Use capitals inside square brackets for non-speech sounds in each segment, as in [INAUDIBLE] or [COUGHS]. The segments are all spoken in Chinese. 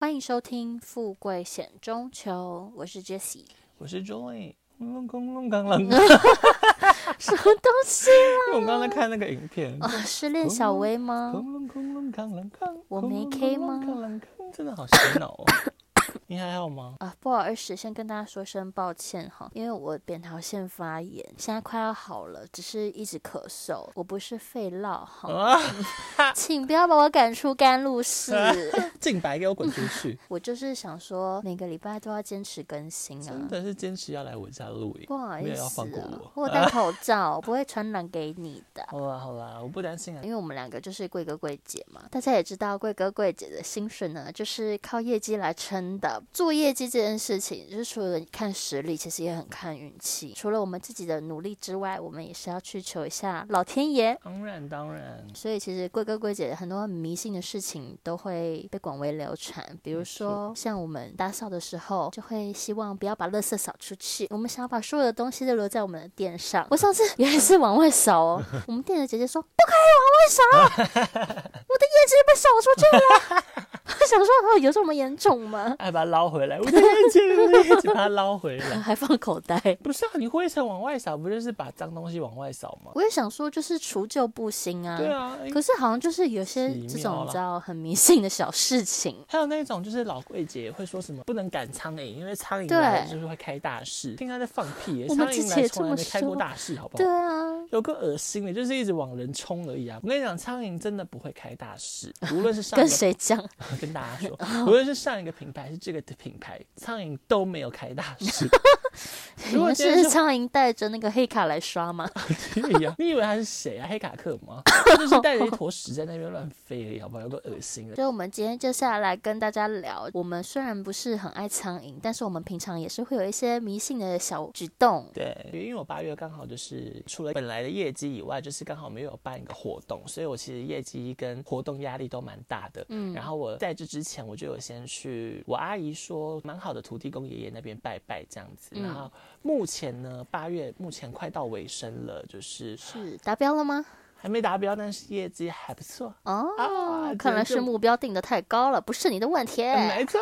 欢迎收听《富贵险中求》，我是 [LAUGHS] Jessie。我是 Joy。隆隆隆刚隆，什么东西我刚刚在看那个影片。啊？失恋小薇吗？隆隆隆隆刚隆刚，我没 K 吗咣啷咣啷咣啷咣真的好洗脑 [COUGHS] 哦。你还好吗？啊，不好意思，先跟大家说声抱歉哈，因为我扁桃腺发炎，现在快要好了，只是一直咳嗽。我不是肺痨哈，啊！ [LAUGHS] 请不要把我赶出甘露寺。净白给我滚出去！ [LAUGHS] 我就是想说，每个礼拜都要坚持更新真啊。的是坚持要来我家录影不。好没意有要思、放过啊我，我有戴口罩，我不会传染给你的。好啦好啦，我不担心啊。因为我们两个就是贵哥贵姐嘛，大家也知道贵哥贵姐的薪水呢，就是靠业绩来撑的。做业绩这件事情，就是除了看实力，其实也很看运气。除了我们自己的努力之外，我们也是要去求一下老天爷。当然当然，所以其实贵哥贵姐很多很迷信的事情都会被广为流传，比如说像我们打扫的时候，就会希望不要把垃圾扫出去，我们想要把所有的东西都留在我们的店上。我上次原来是往外扫 [LAUGHS] 哦，我们店的姐姐说不可以往外扫，我的业绩被扫出去了。 [LAUGHS] 我想说哦，有这么严重吗？ [LAUGHS] 爱哎把它捞回来，我的眼睛，我的眼睛把它捞回来。还放口袋。不是啊，你灰尘往外扫，不就是把脏东西往外扫吗？我也想说，就是除旧布新啊。对啊，哎可是好像就是有些这奇妙种你啦知道很迷信的小事情，还有那种就是老柜姐会说什么不能赶苍蝇，因为苍蝇来对就是会开大事。听她在放屁耶、我们苍之蝇前也来这从来么没开过说大事，好不对好？啊，有个恶心的，就是一直往人冲而已啊！我跟你讲，苍蝇真的不会开大 [LAUGHS] 事，无论是上一跟个谁哦讲？跟大家说，无论是上一个品牌还是这个品牌，苍蝇都没有开大 [LAUGHS] 事。你如果们今天是是苍蝇带着那个黑卡来刷吗？对呀，你以为他是谁啊？黑卡克 [LAUGHS] 吗？他就是带着一坨屎在那边乱飞而已，好不好？有个恶心的。所以，我们今天就下来跟大家聊，我们虽然不是很爱苍蝇，但是我们平常也是会有一些迷信的小举动。对，因为我八月刚好就是除了本来的业绩以外，就是刚好没有办一个活动，所以我其实业绩跟活动压力都蛮大的。嗯，然后我在这之前我就有先去我阿姨说蛮好的土地公爷爷那边拜拜这样子。然后目前呢，八月目前快到尾声了，就是是达标了吗？还没达标，但是业绩还不错。哦，啊看来这是就目标定的太高了，不是你的问题。 [LAUGHS] 没错，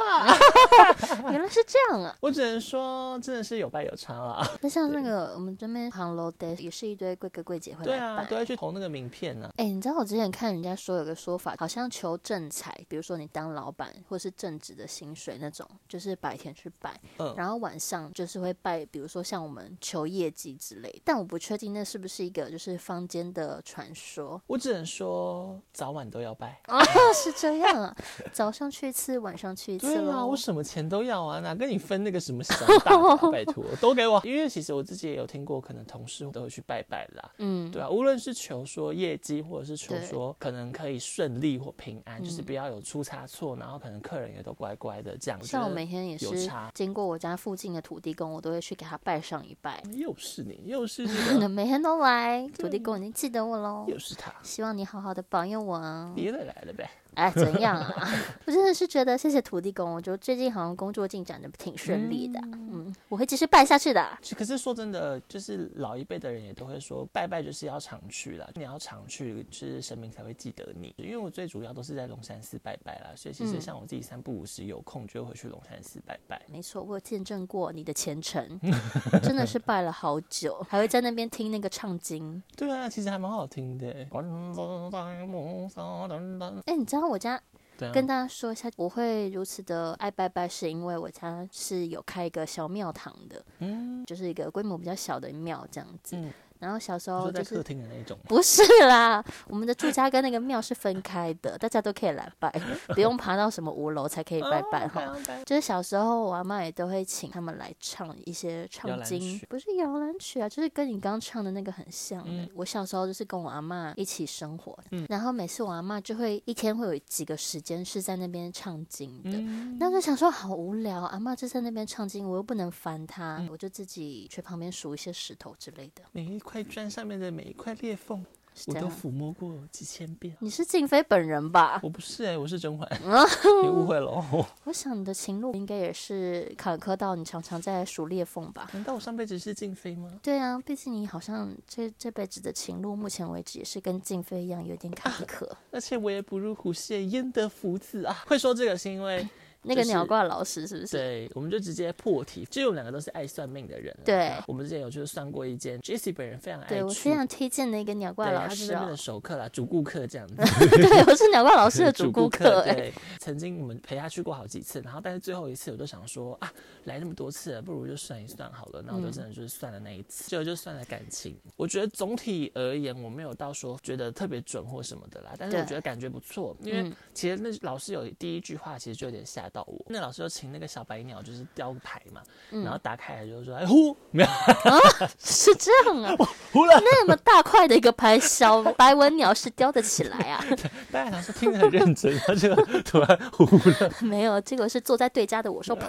原来是这样啊！我只能说真的是有拜有偿了。那像那个我们这边航楼 day 也是一堆贵哥贵姐会 [LAUGHS] 对来啊，办。都要去投那个名片呢、哎、你知道我之前看人家说有个说法，好像求正财，比如说你当老板或是正职的薪水那种，就是白天去拜，嗯然后晚上就是会拜，比如说像我们求业绩之类。但我不确定那是不是一个就是坊间的传说 [LAUGHS] 我只能说早晚都要拜。啊，是这样啊，早上去一次，晚上去一次对啊，喽。我什么钱都要啊，哪跟你分那个什么小大的，拜托，都给我。因为其实我自己也有听过，可能同事都会去拜拜啦。嗯，对啊，无论是求说业绩，或者是求对说可能可以顺利或平安，就是嗯不要有出差错，然后可能客人也都乖乖的这样。像觉我得每天也有是差经过我家附近的土地公，我都会去给他拜上一拜。又是你，[LAUGHS] 又是这可个，能每天都来，土地公已经记得我喽。又是他，希望你好好的保佑我啊！别再来了呗。 [LAUGHS] 哎，怎样啊？ [LAUGHS] 我真的是觉得谢谢土地公，我觉得最近好像工作进展的挺顺利的，嗯我会继续拜下去的。其可是说真的，就是老一辈的人也都会说，拜拜就是要常去啦，你要常去，就是神明才会记得你。因为我最主要都是在龙山寺拜拜啦，所以其实嗯像我自己三不五时有空就会去龙山寺拜拜。没错，我有见证过你的前程，真的是拜了好久，还会在那边听那个唱经。对啊，其实还蛮好听的欸。对哎，你知道我家啊，跟大家说一下，我会如此的爱拜拜，是因为我家是有开一个小庙堂的，嗯，就是一个规模比较小的庙这样子。嗯然后小时你候说在就客是。厅的那种吗。 [LAUGHS] 不是啦，我们的住家跟那个庙是分开的，大家都可以来 [LAUGHS] 拜，不用爬到什么五楼才可以拜拜哈。哦拜拜就是小时候，我阿妈也都会请他们来唱一些摇唱篮经曲，不是摇篮曲啊，就是跟你刚唱的那个很像的。嗯我小时候就是跟我阿妈一起生活，嗯然后每次我阿妈就会一天会有几个时间是在那边唱经的。嗯，那就想说好无聊，阿妈就在那边唱经，我又不能烦她，嗯我就自己去旁边数一些石头之类的，每一块砖上面的每一块裂缝，是我这都样。抚摸过几千遍。你是静妃本人吧？我不是哎、我 [LAUGHS] 是甄嬛，你误会了哦。我想你的情路应该也是坎坷到你常常在数裂缝吧？难道我上辈子是静妃吗？对啊，毕竟你好像这这辈子的情路，目前为止也是跟静妃一样有点坎坷。啊 [LAUGHS] 而且我也不入虎穴焉得虎子啊！会说这个是因为那个就是鸟挂老师是不是？对，我们就直接破题，就我们两个都是爱算命的人啊。对我们之前有就是算过一间 j e s s e 本人非常爱去，对，我非常推荐那个鸟挂对老他是 [LAUGHS] 师那边哦的。熟客啦，主顾客这样子。对，我是鸟挂老 [LAUGHS] 师的主 [LAUGHS] 主顾客客哎、对，曾经我们陪他去过好几次，然后但是最后一次我就想说啊，来那么多次了，不如就算一算好了。那我就真的就是算了那一次，结果就算了感情。我觉得总体而言，我没有到说觉得特别准或什么的啦，但是我对觉得感觉不错，因为嗯，其实那老师有第一句话其实就有点吓到我。那老师就请那个小白鸟就是雕牌嘛，嗯然后打开来就是说哎呼， [LAUGHS] 没有 [LAUGHS] 是这样啊，呼了。那么大块的一个牌，小白文鸟是叼得起来啊？ [LAUGHS] 大家老师听得很认真，然后就突然呼了。没有，这个是坐在对家的我说碰，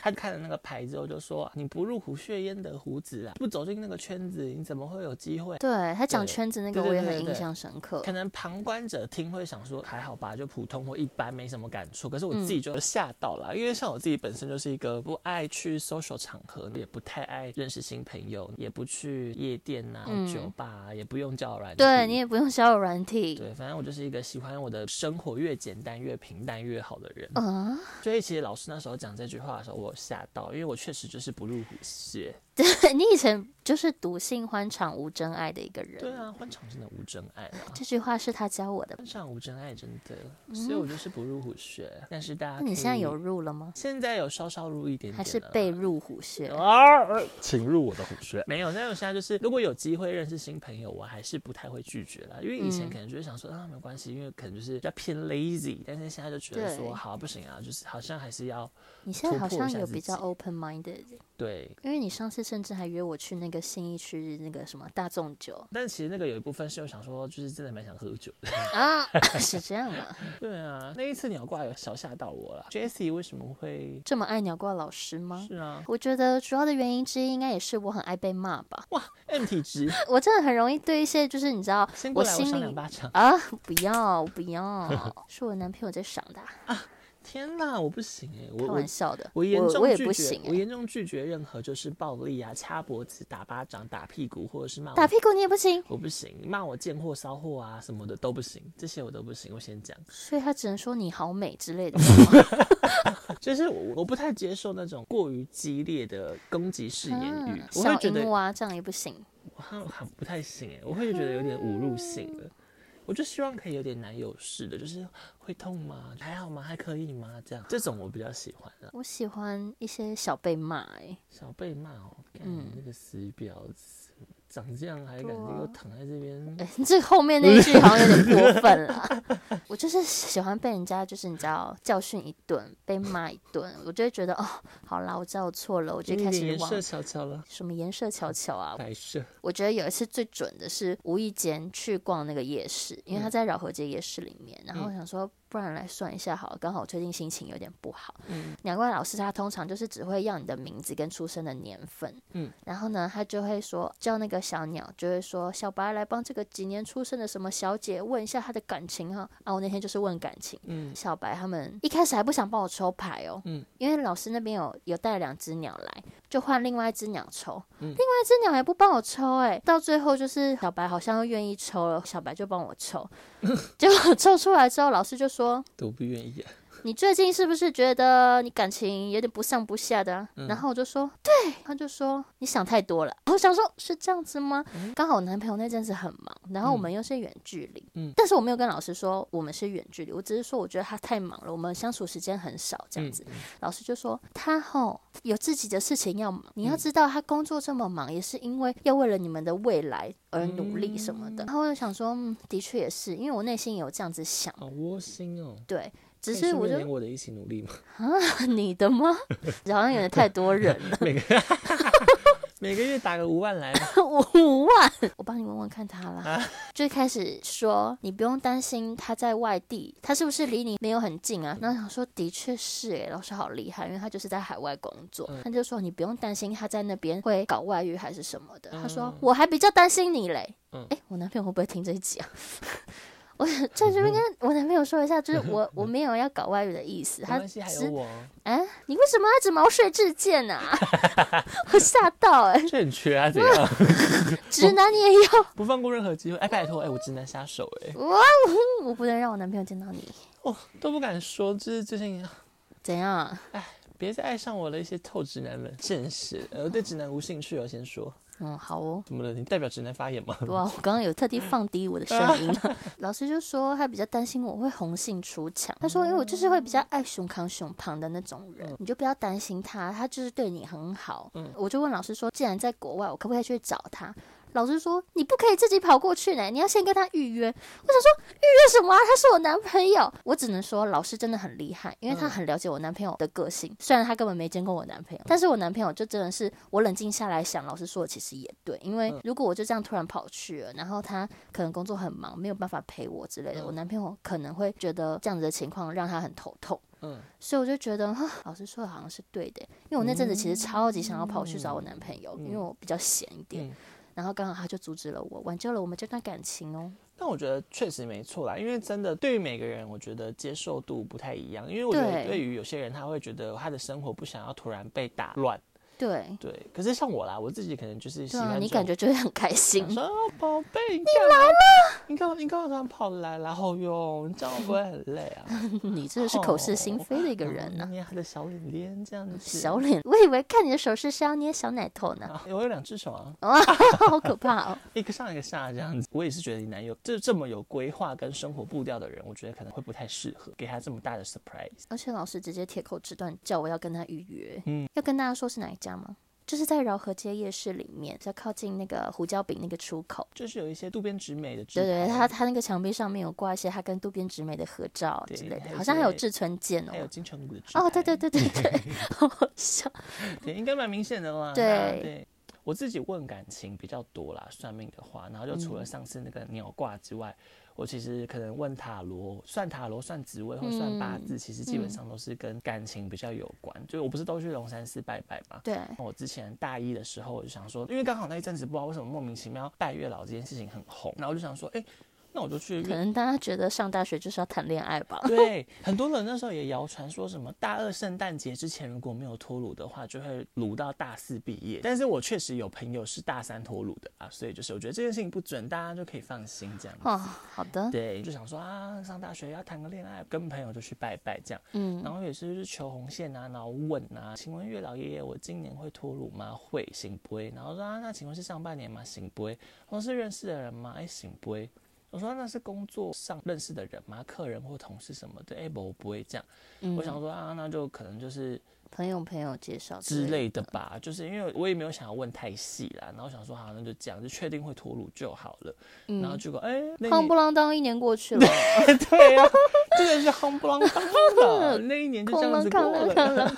他看了那个牌之后就说：“你不入虎穴焉得虎子啊，不走进那个圈子，你怎么会有机会对他讲对圈子那个对对我也对很对印对象深？”刻可。能旁观者听会想说还好吧，就普通或一般，没什么感触。可是我自己就吓到了，因为像我自己本身就是一个不爱去 social 场合，也不太爱认识新朋友，也不去夜店啊、嗯酒吧、啊，也不用叫软体对你也不用交友软体对，反正我就是一个喜欢我的生活越简单、越平淡越好的人。啊，所以其实老师那时候讲这句话的时候，我有吓到，因为我确实就是不入虎穴。对 [LAUGHS] 你以前就是笃信欢场无真爱的一个对人。啊，欢场真的无真爱啊，这句话是他教我的。欢场无真爱真的，所以我就是不入虎穴。但是大家嗯那，你现在有入？入了吗？现在有稍稍入一点点了，还是被入虎穴？啊，呃请入我的虎穴。没有，但我现在就是，如果有机会认识新朋友，我还是不太会拒绝啦，因为以前嗯可能就是想说、啊没关系，因为可能就是比较偏 lazy，但是现在就觉得对说好不行啊，就是好像还是要你现在突好破一像下有自比较己 open minded，对。因为你上次甚至还约我去那个信义区那个什么大众 [LAUGHS] 酒但其实那个有一部分是我想说，就是真的蛮想喝酒的。 [LAUGHS] 啊，是这样啊？对啊，那一次鸟挂有小吓到我了。Jessie 为什么会？ [LAUGHS] 这么爱鸟挂老师吗？是啊，我觉得主要的原因之一应该也是我很爱被骂吧，哇，M 体质，我真的很容易对一些就是你知道先我过来我心扇里两巴掌。啊不要不 [LAUGHS] 要，是我男朋友在赏的啊，天哪，我不行哎、开我我玩笑的，我严我重也拒不绝行，我欸严重拒绝任何就是暴力啊、掐脖子、打巴掌、打屁股或者是骂打我。屁股你也不行，我不行，骂我贱货、骚货啊什么的都不行，这些我都不行。我先讲，所以他只能说你好美之 [LAUGHS] 类的。啊就是我我不太接受那种过于激烈的攻击式言语，啊我会小觉得樱蛙这样也不行。我好像很不太行哎，我会觉得有点侮辱性啊了。我就希望可以有点男友式的，就是会痛吗？还好吗？还可以吗？这样这种我比较喜欢啊。我喜欢一些小被骂、欸， [LAUGHS] 小被骂哦，干嗯那个死婊子，长这样还敢对啊又躺在这边，哎、这后面那一句好像有点过分了。 [LAUGHS] 我就是喜欢被人家就是你知道教训一顿，被骂一顿，我就会觉得哦，好啦，我知道我错了，我就给你开点始颜往色瞧瞧了，什么颜色瞧瞧啊。白色。我觉得有一次最准的是无意间去逛那个夜市，因为嗯他在饶河街夜市里面，然后我想说，不然来算一下好了，刚好我最近心情有点不好。嗯鸟怪老师他通常就是只会要你的名字跟出生的年份，嗯，然后呢，他就会说叫那个小鸟，就会说小白来帮这个几年出生的什么小姐问一下她的感情哈、啊，我那天就是问感情。嗯，小白他们一开始还不想帮我抽牌哦，嗯因为老师那边有有带两只鸟来，就换另外一只鸟抽，嗯另外一只鸟也不帮我抽、哎，到最后就是小白好像又愿意抽了，小白就帮我 [LAUGHS] 抽，结果抽出来之后，老师就说都不愿意啊。你最近是不是觉得你感情有点不上不下的、啊？然后我就说，对，他就说你想太多了。 [LAUGHS] 我想说，是这样子吗？刚好我男朋友那阵子很忙，然后我们又是远距离，嗯但是我没有跟老师说我们是远距离，我只是说我觉得他太忙了，我们相处时间很少这样子。老师就说他吼有自己的事情要忙，你要知道他工作这么忙，也是因为要为了你们的未来而努力什么的。然后我就想说，嗯，的确也是，因为我内心也有这样子想，好窝心哦。对。只那你是不我就连我的一起努 [LAUGHS] 力嘛， [LAUGHS] 你的 [LAUGHS] 吗？好像有点太多人了， [LAUGHS] 每个月打个五 [LAUGHS] 万来嘛。五万，我帮你问问看他啦。啊最开始说你不用担心他在外地，他是不是离你没有很近啊？然后想说的确是诶、老师好厉害，因为他就是在海外工作。嗯他就说你不用担心他在那边会搞外遇还是什么的。他说嗯我还比较担心你嘞。嗯诶，我男朋友会不会听这一集啊？ [LAUGHS] 我 [LAUGHS] 在这边跟我男朋友说一下，就是我我没有要搞外遇的意思，没他关系，还有只我哦，啊，你为什么要一直毛遂自荐啊？ [LAUGHS] 我吓到哎、这很缺啊，怎 [LAUGHS] 样？直男你也要？不放过任何机会。哎，拜托，哎，我直男杀手哎，哇，我不能让我男朋友见到你。哦，都不敢说，就是最近， [SIGHS] 怎样？哎，别再爱上我了，一些臭直男们，真是，呃，我对直男无兴趣哦，先说，嗯，好哦。怎么了？你代表直男发言吗？哇，我刚刚有特地放低我的声音了。老师就说他比较担心我会红杏出墙，他说哎因为我就是会比较爱熊扛熊胖的那种人，你就不要担心他，他就是对你很好。我就问老师说，既然在国外，我可不可以去找他？老师说你不可以自己跑过去呢，你要先跟他预约。我想说预约什么啊？他是我男朋友。我只能说老师真的很厉害，因为他很了解我男朋友的个性。虽然他根本没见过我男朋友，但是我男朋友就真的是我冷静下来想，老师说的其实也对，因为如果我就这样突然跑去了，然后他可能工作很忙，没有办法陪我之类的，嗯我男朋友可能会觉得这样子的情况让他很头痛。嗯，所以我就觉得，哈，老师说的好像是对的，因为我那阵子其实超级想要跑去找我男朋友，因为我比较闲一点，嗯然后刚好他就阻止了我，挽救了我们这段感情哦。但我觉得确实没错啦，因为真的对于每个人，我觉得接受度不太一样。因为我觉得对对于有些人，他会觉得他的生活不想要突然被打乱，对，对。可是像我啦，我自己可能就是喜对欢、啊，你感觉嗯就会很开心想。说哦宝贝，你来了，你干嘛你干嘛突然跑来啦？然后哟，你这样会不会很累啊？ [LAUGHS] [LAUGHS] 你真的是口是心非的一个人呢、哦嗯捏他的小脸脸这样子，小脸，我以为看你的手势是要捏小奶头呢， [LAUGHS] 啊我有两只手啊，好可怕哦！一个上一个下这样子。我也是觉得你男友这这么有规划跟生活步调的人，我觉得可能会不太适合给他这么大的 surprise。而且老师直接铁口直断叫我要跟他预约，嗯要跟大家说是哪一家吗？就是在饶河街夜市里面，比较靠近那个胡椒饼那个出口。就是有一些渡边直美的直对对，拍他他那个墙壁上面有挂一些他跟渡边直美的合照对之类还的，有好像还有些志村健还有哦。金城武的直哦，对拍对对 [LAUGHS] 对对，好好笑。对，应该蛮明显的啦。对那对，我自己问感情比较多啦，算命的话，然后就嗯除了上次那个鸟卦之外，我其实可能问塔罗，算塔罗、算职位或算八嗯字，其实基本上都是跟感情比较有关。就是我不是都去龙山寺拜拜嘛？对，我之前大一的时候，我就想说，因为刚好那一阵子不知道为什么莫名其妙拜月老这件事情很红，然后我就想说，哎、那我就去可能大家觉得上大学就是要谈恋爱 [LAUGHS] 吧？对，很多人那时候也谣传说什么大二圣诞节之前如果没有脱乳的话，就会乳到大四毕业。但是我确实有朋友是大三脱乳的啊，所以就是我觉得这件事情不准，大家就可以放心这样子。哦，好的，对，就想说啊，上大学要谈个恋爱，跟朋友就去拜拜这样，嗯，然后也是就是求红线啊，然后问啊，请问月老爷爷，我今年会脱乳吗？会，行不会？然后说啊，那请问是上半年吗？行不会？我说是认识的人吗？哎，行不会？我说那是工作上认识的人吗？客人或同事什么的？哎，不，不会这样。嗯我想说啊，那就可能就是朋友朋友介绍之类类的吧，就是因为我也没有想要问太细啦，然后想说好，那就这样，就确定会脱乳就好了。然后结果哎，那的，一夯年不啷当一年过去了， [LAUGHS] 对呀、啊，真的是夯不啷 [LAUGHS] 当的，那一年就这样子过了。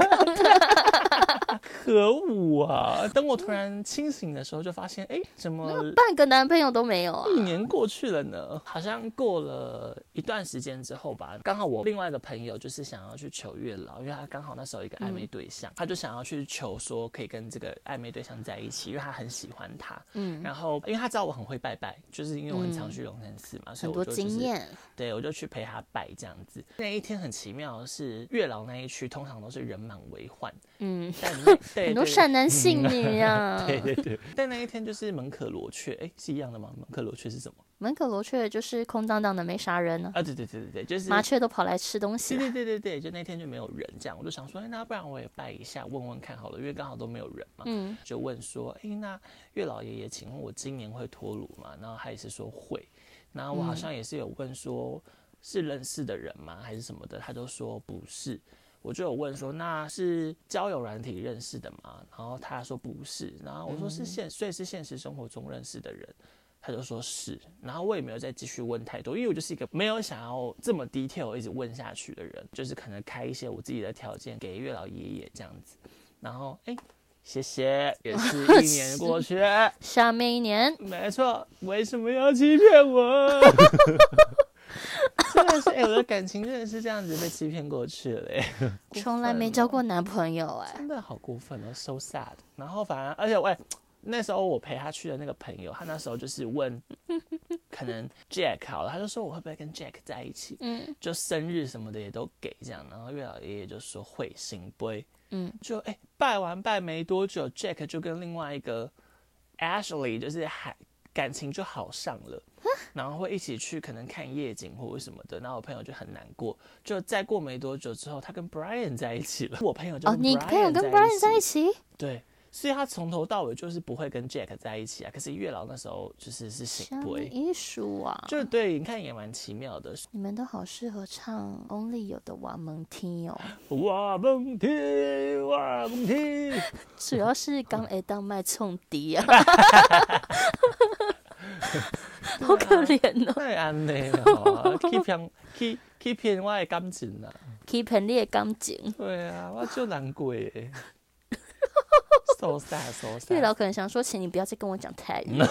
[LAUGHS] 可恶啊！等我突然清醒的时候，就发现，哎、怎么半个男朋友都没有 [LAUGHS] 啊！一年过去了呢？好像过了一段时间之后吧，刚好我另外一个朋友就是想要去求月老，因为他刚好那时候有一个暧昧对嗯象，他就想要去求说可以跟这个暧昧对象在一起，因为他很喜欢他。嗯，然后因为他知道我很会拜拜，就是因为我很常去龙山寺嘛，所很以多我就、就是、经 [LAUGHS] 验，对，我就去陪他拜这样子。那一天很奇妙的是，月老那一区通常都是人满为患，嗯，但那 [LAUGHS] 对很多对善男 [LAUGHS] 信女啊。对对对，但那一天就是门可罗雀，哎、是一样的吗？门可罗雀是什么门可罗雀就是空荡荡的，没啥人呢、啊？对对对对对，就是麻雀都跑来吃东西啊对了。对对对对，就那天就没有人这样，我就想说，哎、那不然我也拜一下，问问看好了，因为刚好都没有人嘛。嗯，就问说，哎、那月老爷爷，请问我今年会脱乳吗？然后他也是说会，然后我好像也是有问说，是认识的人吗？还是什么的？他就说不是。我就有问说，那是交友软体认识的吗？然后他说不是，然后我说是现，所以是现实生活中认识的人。他就说是，然后我也没有再继续问太多，因为我就是一个没有想要这么 detail 一直问下去的人，就是可能开一些我自己的条件给月老爷爷这样子，然后哎、谢谢，也是一年过去，下面一年没错，为什么要欺骗我？真的是，哎、我的感情真的是这样子被欺骗过去了、哎从来没交过男朋友哎、真的好过分哦，so sad。然后反而，而且喂、那时候我陪他去的那个朋友，他那时候就是问，可能 Jack 好了，他就说我会不会跟 Jack 在一起，嗯就生日什么的也都给这样。然后月老爷爷就说会行不会？嗯，就哎、拜完拜没多久，Jack 就跟另外一个 Ashley 就是海感情就好上了，然后会一起去可能看夜景或者什么的。然后我朋友就很难过，就再过没多久之后，他跟 Brian 在一起了。我朋友就哦，你朋友跟 Brian 在一起？对，所以他从头到尾就是不会跟 Jack 在一起啊。可是月老那时候就是是醒像不会，艺术啊！就是对，你看也蛮奇妙的。你们都好适合唱 Only 有的瓦蒙听哦，哇蒙提，哇蒙提，主要 [LAUGHS] 是刚哎当麦冲迪 [LAUGHS] 啊，好可怜哦。那安内 [LAUGHS] 哦，keep 上 keep keep 骗我的感情啊。 Keep 很烈钢琴，对啊，我就难过 [LAUGHS] 耶。受sad 受月 sad，老可能想说，请你不要再跟我讲泰语 [LAUGHS] 了，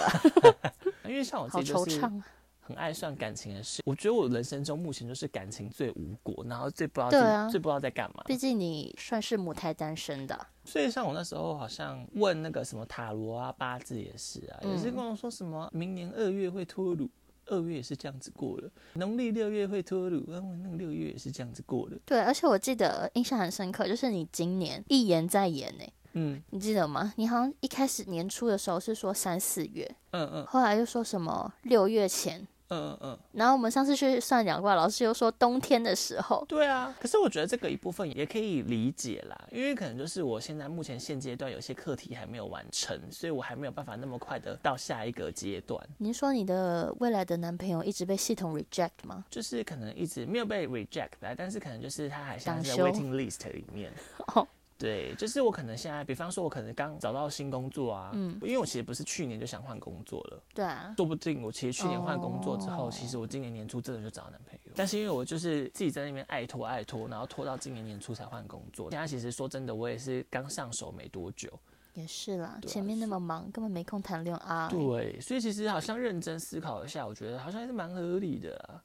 因为像我自好己就惆是怅啊。很爱算感情的事。我觉得我人生中目前就是感情最无果，然后最不知道自己、对啊最不知道在干嘛。毕竟你算是母胎单身的，所以像我那时候好像问那个什么塔罗啊、八字也是啊，也是跟我说什么明年二月会脱乳，二月也是这样子过了，农历六月会脱乳，然后那个六月也是这样子过了。对，而且我记得印象很深刻，就是你今年一延再延欸呢、嗯你记得吗？你好像一开始年初的时候是说三四月，嗯嗯后来又说什么六月前，嗯嗯嗯，然后我们上次去算两卦，老师又说冬天的时候，对啊。可是我觉得这个一部分也可以理解啦，因为可能就是我现在目前现阶段有些课题还没有完成，所以我还没有办法那么快的到下一个阶段。您说你的未来的男朋友一直被系统 reject 吗？就是可能一直没有被 reject 啦，但是可能就是他还像是在挡 waiting list 里面。哦对，就是我可能现在，比方说，我可能刚找到新工作啊，因为我其实不是去年就想换工作了，对啊，说不定我其实去年换工作之后，哦其实我今年年初真的就找到男朋友，但是因为我就是自己在那边爱拖爱拖，然后拖到今年年初才换工作。现在其实说真的，我也是刚上手没多久，也是啦，对啊前面那么忙，根本没空谈恋爱。对，所以其实好像认真思考一下，我觉得好像还是蛮合理的啊。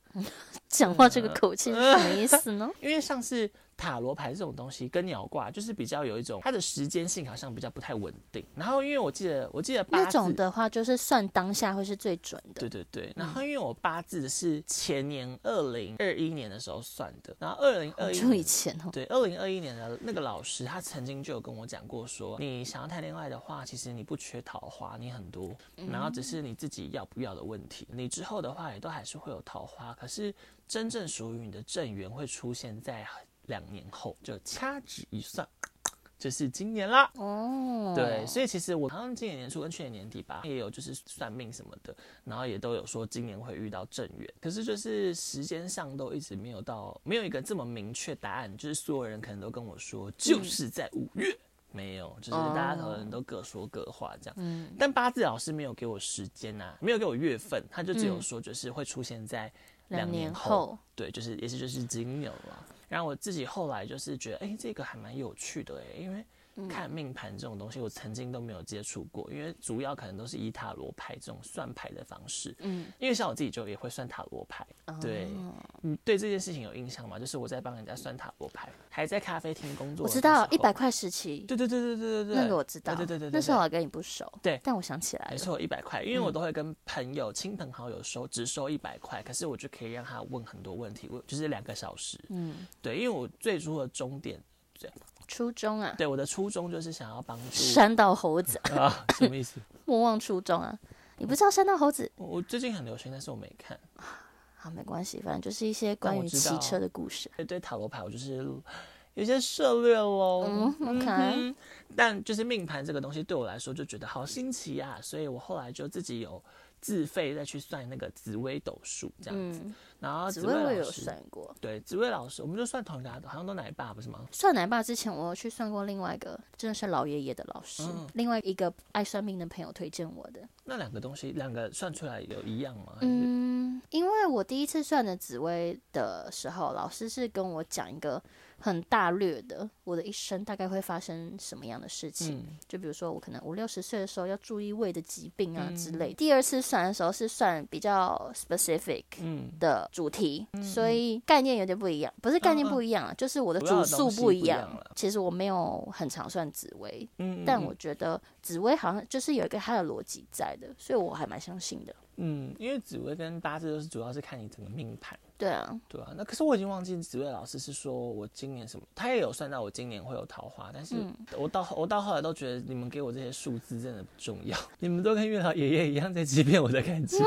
讲话这嗯个口气是什么意思 [LAUGHS] 呢？因为像是塔罗牌这种东西跟鸟卦，就是比较有一种它的时间性好像比较不太稳定。然后因为我记得我记得八那字种的嗯话，就是算当下会是最准的。对对对，然后因为我八字是前年二零二一年的时候算的，然后二零好二一久以前哦，对，二零二一年的那个老师，他曾经就有跟我讲过说，你想要谈恋爱的话，其实你不缺桃花，你很多，然后只是你自己要不要的问题。你之后的话，也都还是会有桃花，可是真正属于你的正缘会出现在两年后，就掐指一算，就是今年啦。哦，对，所以其实我好像今年年初跟去年年底吧，也有就是算命什么的，然后也都有说今年会遇到正缘，可是就是时间上都一直没有到，没有一个这么明确答案，就是所有人可能都跟我说就是在五月。没有，就是大家可能都各说各话这样，但八字老师没有给我时间呐、没有给我月份，他就只有说就是会出现在两两年年后，后，对，就是也是就是金牛啦。然后我自己后来就是觉得，哎、这个还蛮有趣的哎、因为嗯看命盘这种东西，我曾经都没有接触过，因为主要可能都是以塔罗牌这种算牌的方式。嗯，哦因为像我自己就也会算塔罗牌，对，你对这件事情有印象吗？就是我在帮人家算塔罗牌，还在咖啡厅工作，我知道一百，块时期，对对对对对对对，那个我知道，对对对对，那对时候我跟你不熟，对但我想起来了，没错，一百块，因为我嗯都会跟朋友、亲朋好友收，只收一百块，可是我就可以让他问很多问题，问就是两个小时。嗯，对，因为我最初的终点，初中啊，对我的初衷就是想要帮助山道猴子，啊，什么 [LAUGHS] 意思？莫忘初衷啊，你不知道山道猴子？我我最近很流行，但是我没看。好，没关系，反正就是一些关我于知骑道车的故事。对对，塔罗牌我就是有些涉略喽。嗯，OK 哼但就是命盘这个东西对我来说就觉得好新奇啊，所以我后来就自己有自费再去算那个紫微斗数这样子。嗯，然后紫紫薇我微也老有师，算过，对紫微老师，我们就算同一个啊，好像都奶爸不是吗？算奶爸之前我有去算过另外一个，真的是老爷爷的老师，嗯另外一个爱算命的朋友推荐我的。那两个东西，两个算出来有一样吗？还是嗯，因为我第一次算的紫薇的时候，老师是跟我讲一个很大略的，我的一生大概会发生什么样的事情。嗯就比如说，我可能五六十岁的时候要注意胃的疾病啊之嗯类。第二次算的时候是算比较 specific 嗯，的主题，所以概念有点不一样，不是概念嗯嗯不一样啊，就是我的主要主的数东西不一一样样了。其实我没有很常算紫薇，嗯，但嗯我觉得紫薇好像就是有一个它的逻辑在的，所以我还蛮相信的。嗯，因为紫薇跟八字都是主要是看你整个命盘，对啊，对啊，那可是我已经忘记紫薇老师是说我今年什么，他也有算到我今年会有桃花，但是嗯我到、我到后来都觉得你们给我这些数字真的不重要， [LAUGHS] 你们都跟月老爷爷一样在欺骗我的感 [LAUGHS] 情，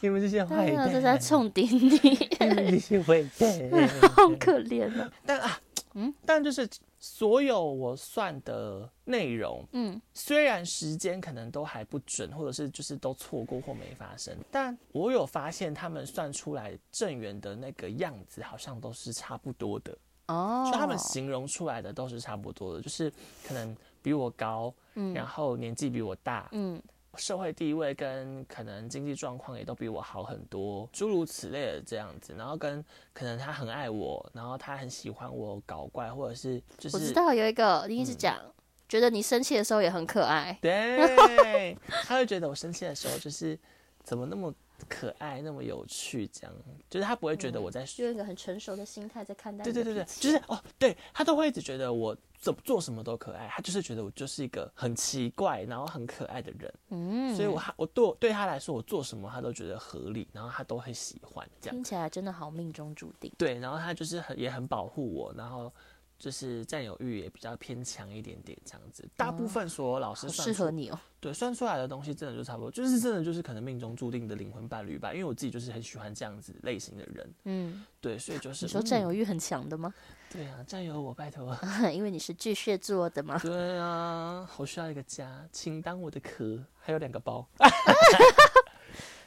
你们这些当坏然蛋，啊嗯这是在冲顶你， [LAUGHS] [LAUGHS] 你们这些坏蛋，好可怜啊。但啊，嗯，但就是所有我算的内容，嗯，虽然时间可能都还不准，或者是就是都错过或没发生，但我有发现他们算出来正缘的那个样子好像都是差不多的，哦就，他们形容出来的都是差不多的，就是可能比我高，然后年纪比我大，嗯，社会地位跟可能经济状况也都比我好很多，诸如此类的这样子，然后跟可能他很爱我，然后他很喜欢我搞怪，或者是就我知是嗯道有一个你一直讲，觉得你生气的时候也很可爱，对，他会觉得我生气的时候就是怎么那么可爱，那么有趣，这样，就是他不会觉得我在就用一个很成熟的心态在看待嗯对你对的对对，脾气就是哦，对他都会一直觉得我怎么做什么都可爱，他就是觉得我就是一个很奇怪，然后很可爱的人，嗯，所以我他我对我对他来说，我做什么他都觉得合理，然后他都会喜欢这样。听起来真的好命中注定。对，然后他就是很也很保护我，然后就是占有欲也比较偏强一点点这样子。大部分所有老师哦好算适出合你哦，对算出来的东西真的就差不多，就是真的就是可能命中注定的灵魂伴侣吧。因为我自己就是很喜欢这样子类型的人，嗯，对，所以就是你说占嗯有欲很强的吗？ [LAUGHS] 对啊，占有我，拜托。因为你是巨蟹座的嘛，对啊，我需要一个家，请当我的壳，还有两个包。 [LAUGHS]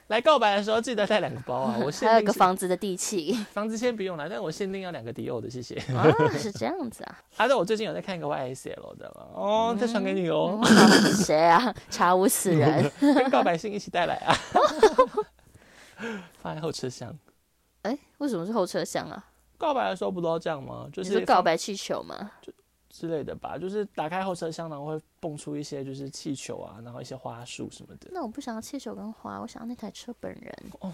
来告白的时候记得带两个包啊！我限还有一定个是房子的地 [LAUGHS] 契房子先不用了，但我限定要两个迪奥的，谢谢。啊，是这样子啊， [LAUGHS] 啊，对，我最近有在看一个 YSL 的了，哦，嗯再传给你 [LAUGHS] 哦，是谁啊？查无此人。跟告白信一起带来啊， [LAUGHS] 放在后车厢。哎、为什么是后车厢啊？告白的时候不都这样吗？就你是是告白气球吗？之类的吧，就是打开后车厢，然后会蹦出一些就是气球啊，然后一些花束什么的。那我不想要气球跟花，我想要那台车本人。 [LAUGHS]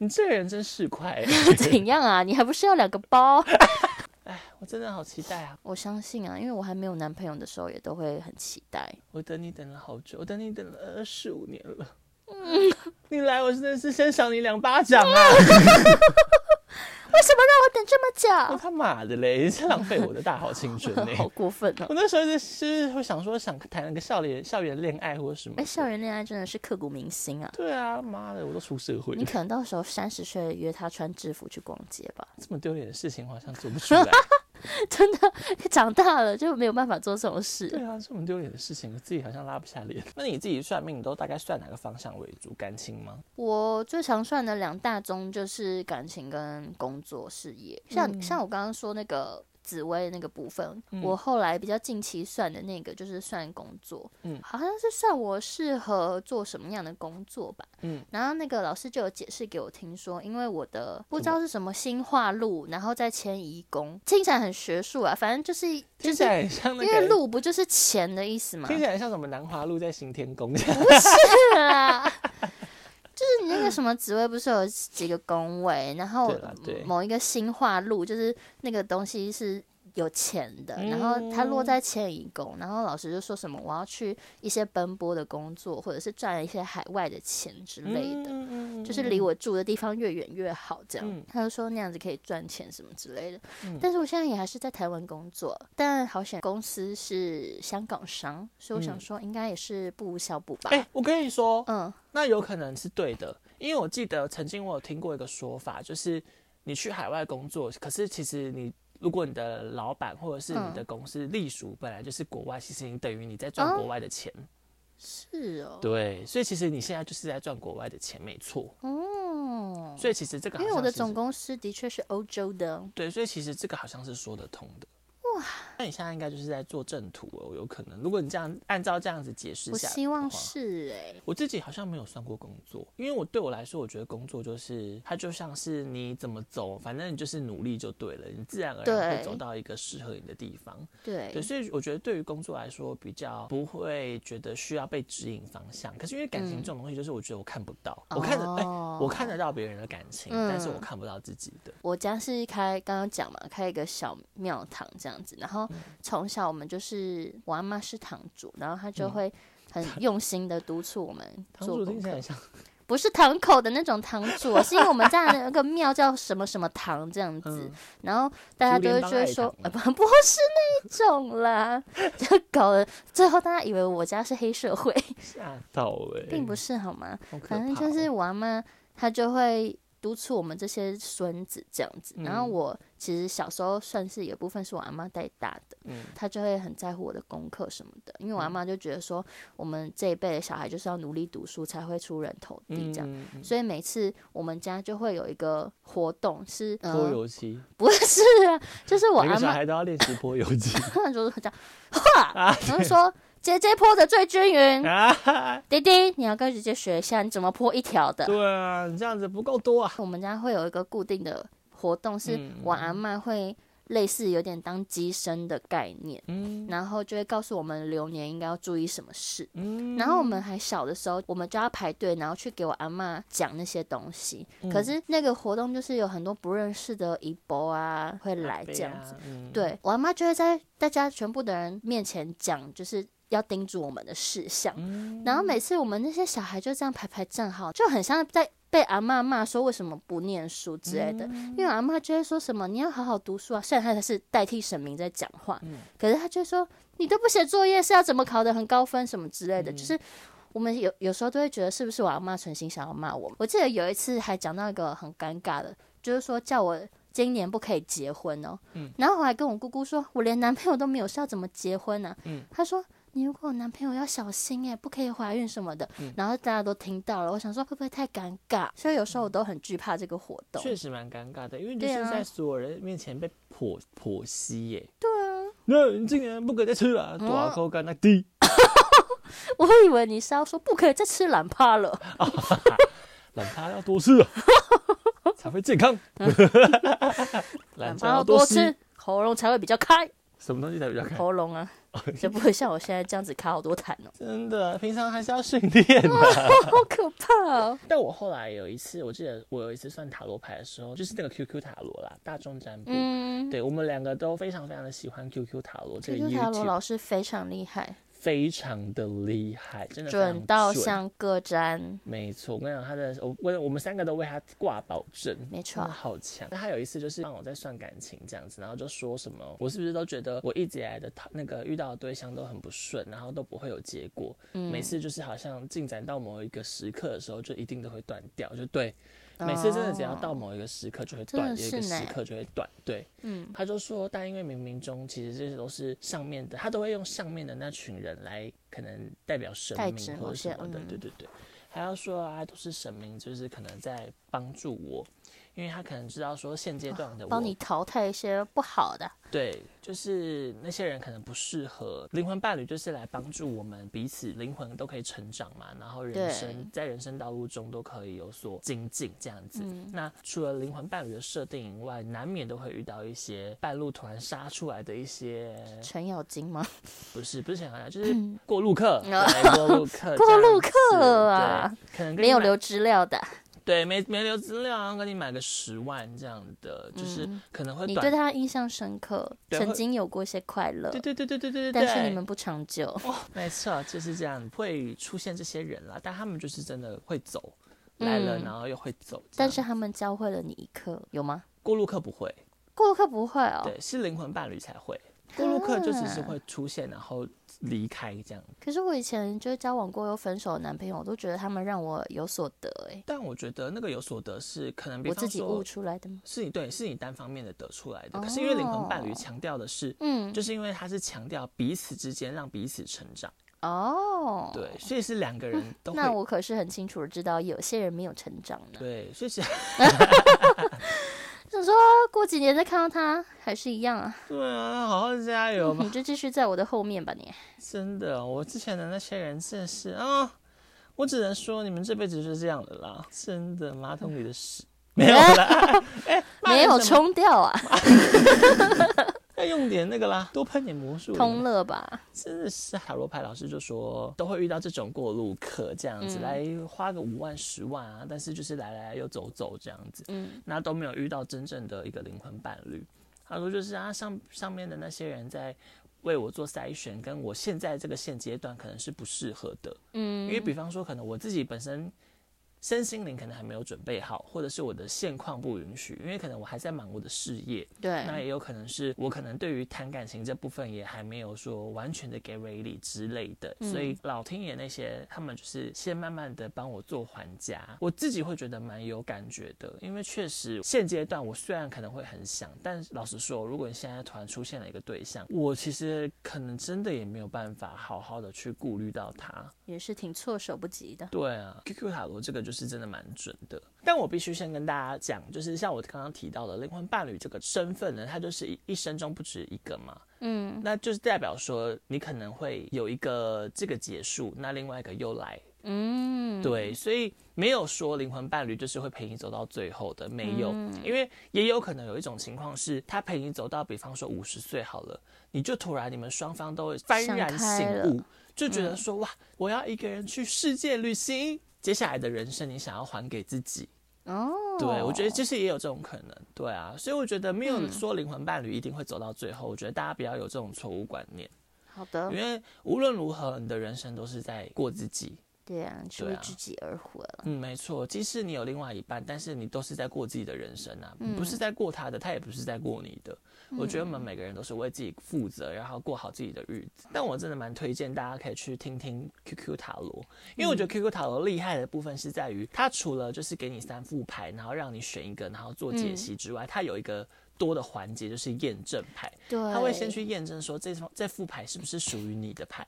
你这个人真是快、 [LAUGHS] 怎样啊？你还不是要两个包？ [LAUGHS] 我真的好期待啊！我相信啊，因为我还没有男朋友的时候，也都会很期待。我等你等了好久，我等你等了二十五年了。嗯你来，我真的是先赏你两巴掌啊！为什么让我等这么我他妈的嘞，你是浪费我的大好青春呢、久？啊 [LAUGHS] [LAUGHS] 好过分哦！我那时候就是会想说，想谈个校园校园恋爱或者什么哎、。校园恋爱真的是刻骨铭心啊！对啊，妈的，我都出社会你了，可能到时候三十岁约他穿制服去逛街吧， [LAUGHS] 这么丢脸的事情我好像做不出来。真的，长大了就没有办法做这种事。对啊，这么丢脸的事情，我自己好像拉不下脸。那你自己算命，你都大概算哪个方向为主？感情吗？我最常算的两大宗就是感情跟工作事业，像、嗯像我刚刚说那个。紫薇那个部分，我后来比较近期算的那个就是算工作，嗯好像是算我适合做什么样的工作吧，嗯然后那个老师就有解释给我听说，因为我的不知道是什么新化路，然后再迁移宫，听起来很学术啊，反正就是就听起是来很像那因为个，路不就是钱的意思吗？听起来很像什么南华路在行天宫。 [LAUGHS] 对啦，就是你那个什么紫薇不是有几个宫位，然后嗯对啦对某一个新化路就是那个东西是。有钱的，然后它嗯落在迁移宫，然后老师就说什么我要去一些奔波的工作，或者是赚一些海外的钱之类的。嗯就是离我住的地方越远越好，这样。嗯他就说那样子可以赚钱什么之类的。嗯但是我现在也还是在台湾工作，但好险公司是香港商，所以我想嗯说应该也是不无小补吧。哎、我跟你说，嗯，那有可能是对的，因为我记得曾经我有听过一个说法，就是你去海外工作，可是其实你如果你的老板或者是你嗯的公司隶属本来就是国外，其实你等于你在哦赚国外的钱，是哦，对，所以其实你现在就是在赚国外的钱，没错。哦，所以其实这个好因为像我的是总公司的确是欧洲的，对，所以其实这个好像是说得通的。哇，那你现在应该就是在做正途哦，有可能。如果你这样按照这样子解释我下来的话，希望是哎、我自己好像没有算过工作，因为我对我来说，我觉得工作就是它就像是你怎么走，反正你就是努力就对了，你自然而然对会走到一个适合你的地方。对，对，所以我觉得对于工作来说，比较不会觉得需要被指引方向。可是因为感情这种东西，就是我觉得我看不到，我看得哎、嗯哦我看得到别人的感情，嗯但是我看不到自己的。我家是开刚刚讲嘛，开一个小庙堂这样子，然后嗯从小我们就是我阿 [LAUGHS] 妈是堂主，然后她就会很用心的督促我们嗯堂做主功听起课 [LAUGHS] 来。很像不是堂口的那种堂主哦，是因为我们在那个庙叫什么什么堂这样子，嗯，然后大家竹都会就会联帮爱说，堂呃，不， [LAUGHS] 不是那一种啦，就搞了，最后大家以为我家是黑社会，吓到哎、并不是，是好吗？好可反正怕就哦是我阿妈，她就会督促我们这些孙子这样子。然后嗯我其实小时候算是有部分是我阿妈带大的，嗯她就会很在乎我的功课什么的，因为我阿嗯妈就觉得说，我们这一辈的小孩就是要努力读书才会出人头地这样。嗯嗯所以每次我们家就会有一个活动是，嗯呃，泼油漆，不是啊，就是我每阿个小妈孩都要练习泼油漆 [LAUGHS] 突然就是这样，哗，然后说姐姐泼的最均匀，啊！弟弟你要跟姐姐学一下，你怎么泼一条的？对啊，你这样子不够多啊。我们家会有一个固定的活动，是嗯我阿嬷会类似有点当机身的概念，嗯然后就会告诉我们流年应该要注意什么事。嗯然后我们还小的时候，我们就要排队，然后去给我阿嬷讲那些东西。嗯可是那个活动就是有很多不认识的姨伯啊会来这样子，，嗯，对我阿妈就会在大家全部的人面前讲，就是要叮嘱我们的事项。嗯然后每次我们那些小孩就这样排排站好，就很像在被阿嬷骂说为什么不念书之类的。嗯因为阿嬷就会说什么你要好好读书啊，虽然她才是代替神明在讲话，嗯可是她就会说你都不写作业是要怎么考得很高分什么之类的，嗯就是。我们有有时候都会觉得是不是我阿嬷存心想要骂我？我记得有一次还讲到一个很尴尬的，就是说叫我今年不可以结婚哦。嗯然后我还跟我姑姑说，我连男朋友都没有，是要怎么结婚呢、啊？嗯她说你如果有男朋友要小心哎、不可以怀孕什么的。嗯然后大家都听到了，我想说会不会太尴尬？所以有时候我都很惧怕这个活动。确实蛮尴尬的，因为就对是啊在所有人面前被剖剖析耶。对啊，那你今年不可以再吃了，哦多少口干那滴。 [LAUGHS] 我以为你是要说不可以再吃懒趴了，懒趴要 [LAUGHS] 多吃啊，才会健康。 [LAUGHS] [LAUGHS] 懒趴嗯趴要要多吃吃，喉咙才会比较 [LAUGHS] 开。什么东西才比较 [LAUGHS] 开？喉咙 [LAUGHS] 啊，就不会像我现在这样子卡好多痰哦，真的，平常还是要训 [LAUGHS] 练的。好可怕哦。但我后来有一次，我记得我有一次算塔罗牌的时候，就是那个 QQ 塔罗啦，大众占卜。 [LAUGHS] 嗯，对我们两个都非常非常的喜欢 QQ 塔罗这个 QQ 塔罗 YouTube，老师非常厉害，非常的厉害，真的非常准到准像个粘。没错，我跟你讲，他的我为我们三个都为他挂保证，没错真的好强。那他有一次就是让我在算感情这样子，然后就说什么，我是不是都觉得我一直以来的讨那个遇到的对象都很不顺，然后都不会有结果，嗯每次就是好像进展到某一个时刻的时候，就一定都会断掉，就对。每次真的只要到某一个时刻就会断，哦真的有一个是呢时刻就会断，对。嗯他就说，但因为冥冥中其实这些都是上面的，他都会用上面的那群人来可能代表神代指明某或者些什么的，嗯对对对。还要说啊，都是神明，就是可能在帮助我，因为他可能知道说现阶段的我，帮你淘汰一些不好的。对，就是那些人可能不适合灵魂伴侣，就是来帮助我们彼此灵魂都可以成长嘛，然后对人生在人生道路中都可以有所精进这样子。嗯那除了灵魂伴侣的设定以外，难免都会遇到一些半路突然杀出来的一些，程咬金吗？不是不是想要就是过 [LAUGHS] 路客，啊对过路客这样子， [LAUGHS] 过路客啊对，可能跟没你有买留资料的，对没没留资料，然后跟你买个十万这样的，就是嗯可能会你短对他印象深刻，对曾会经有过一些快乐，对对对对对对对，但是对你们不长久。没错，就是这样，会出现这些人啦，但他们就是真的会走，来了嗯然后又会走。这但样是他们教会了你一课，有吗？过路客不会，过客不会哦。啊对，是灵魂伴侣才会。过路客就只是会出现然后离开这样，可是我以前就是交往过又分手的男朋友，我都觉得他们让我有所得哎、但我觉得那个有所得是可能，比我方自己悟说出来的吗？是你对，是你单方面的得出来的。可是因为灵魂伴侣强调的是，哦嗯，就是因为它是强调彼此之间让彼此成长，哦，对，所以是两个 [LAUGHS] 人都会那我可是很清楚的知道，有些人没有成长呢。对，所以是想说过几年再看到他还是一样啊，对啊，好好加油吧 [LAUGHS] 你。就继续在我的后面吧你。真的，我之前的那些人真的是啊，我只能说你们这辈子就是这样的啦，真的，马桶里的屎 [LAUGHS] 没有啦，哎、没有骂人怎么，冲掉 [LAUGHS] 啊，要用点那个啦，多喷点魔术。通了吧？真的是塔罗牌老师就说，都会遇到这种过路客这样子，嗯来花个五万、十万啊，但是就是来来又走走这样子，嗯，那都没有遇到真正的一个灵魂伴侣。他说就是啊，上上面的那些人在为我做筛选，跟我现在这个现阶段可能是不适合的，嗯，因为比方说，可能我自己本身身心灵可能还没有准备好，或者是我的现况不允许，因为可能我还在忙我的事业，那对，也有可能是我可能对于谈感情这部分也还没有说完全的给锐利之类的，所以老天爷那些他们就是先慢慢的帮我做还价，我自己会觉得蛮有感觉的，因为确实现阶段我虽然可能会很想，但老实说，如果你现在突然出现了一个对象，我其实可能真的也没有办法好好的去顾虑到他，也是挺措手不及的。对啊，QQ 塔罗这个就是真的蛮准的。但我必须先跟大家讲，就是像我刚刚提到的灵魂伴侣这个身份呢，它就是一一生中不止一个嘛。嗯，那就是代表说你可能会有一个这个结束，那另外一个又来。嗯，对，所以没有说灵魂伴侣就是会陪你走到最后的，没有，嗯因为也有可能有一种情况是他陪你走到，比方说五十岁好了，你就突然你们双方都幡想然开醒了嗯悟，就觉得说、哇，我要一个人去世界旅行，接下来的人生你想要还给自己。哦，嗯对，我觉得其实也有这种可能，对啊，所以我觉得没有说灵魂伴侣一定会走到最后，我觉得大家不要有这种错误观念，好的因，为无论如何，你的人生都是在过自己，对啊，是对为啊知己而活了。嗯，没错，即使你有另外一半，但是你都是在过自己的人生啊，你不是在过他的，他也不是在过你的。我觉得我们每个人都是为自己负责，然后过好自己的日子。但我真的蛮推荐大家可以去听听 QQ 塔罗，因为我觉得 QQ 塔罗厉害的部分是在于，它除了就是给你三副牌，然后让你选一个，然后做解析之外，它有一个多的环节就是验证牌。对，他会先去验证说这张这副牌是不是属于你的牌。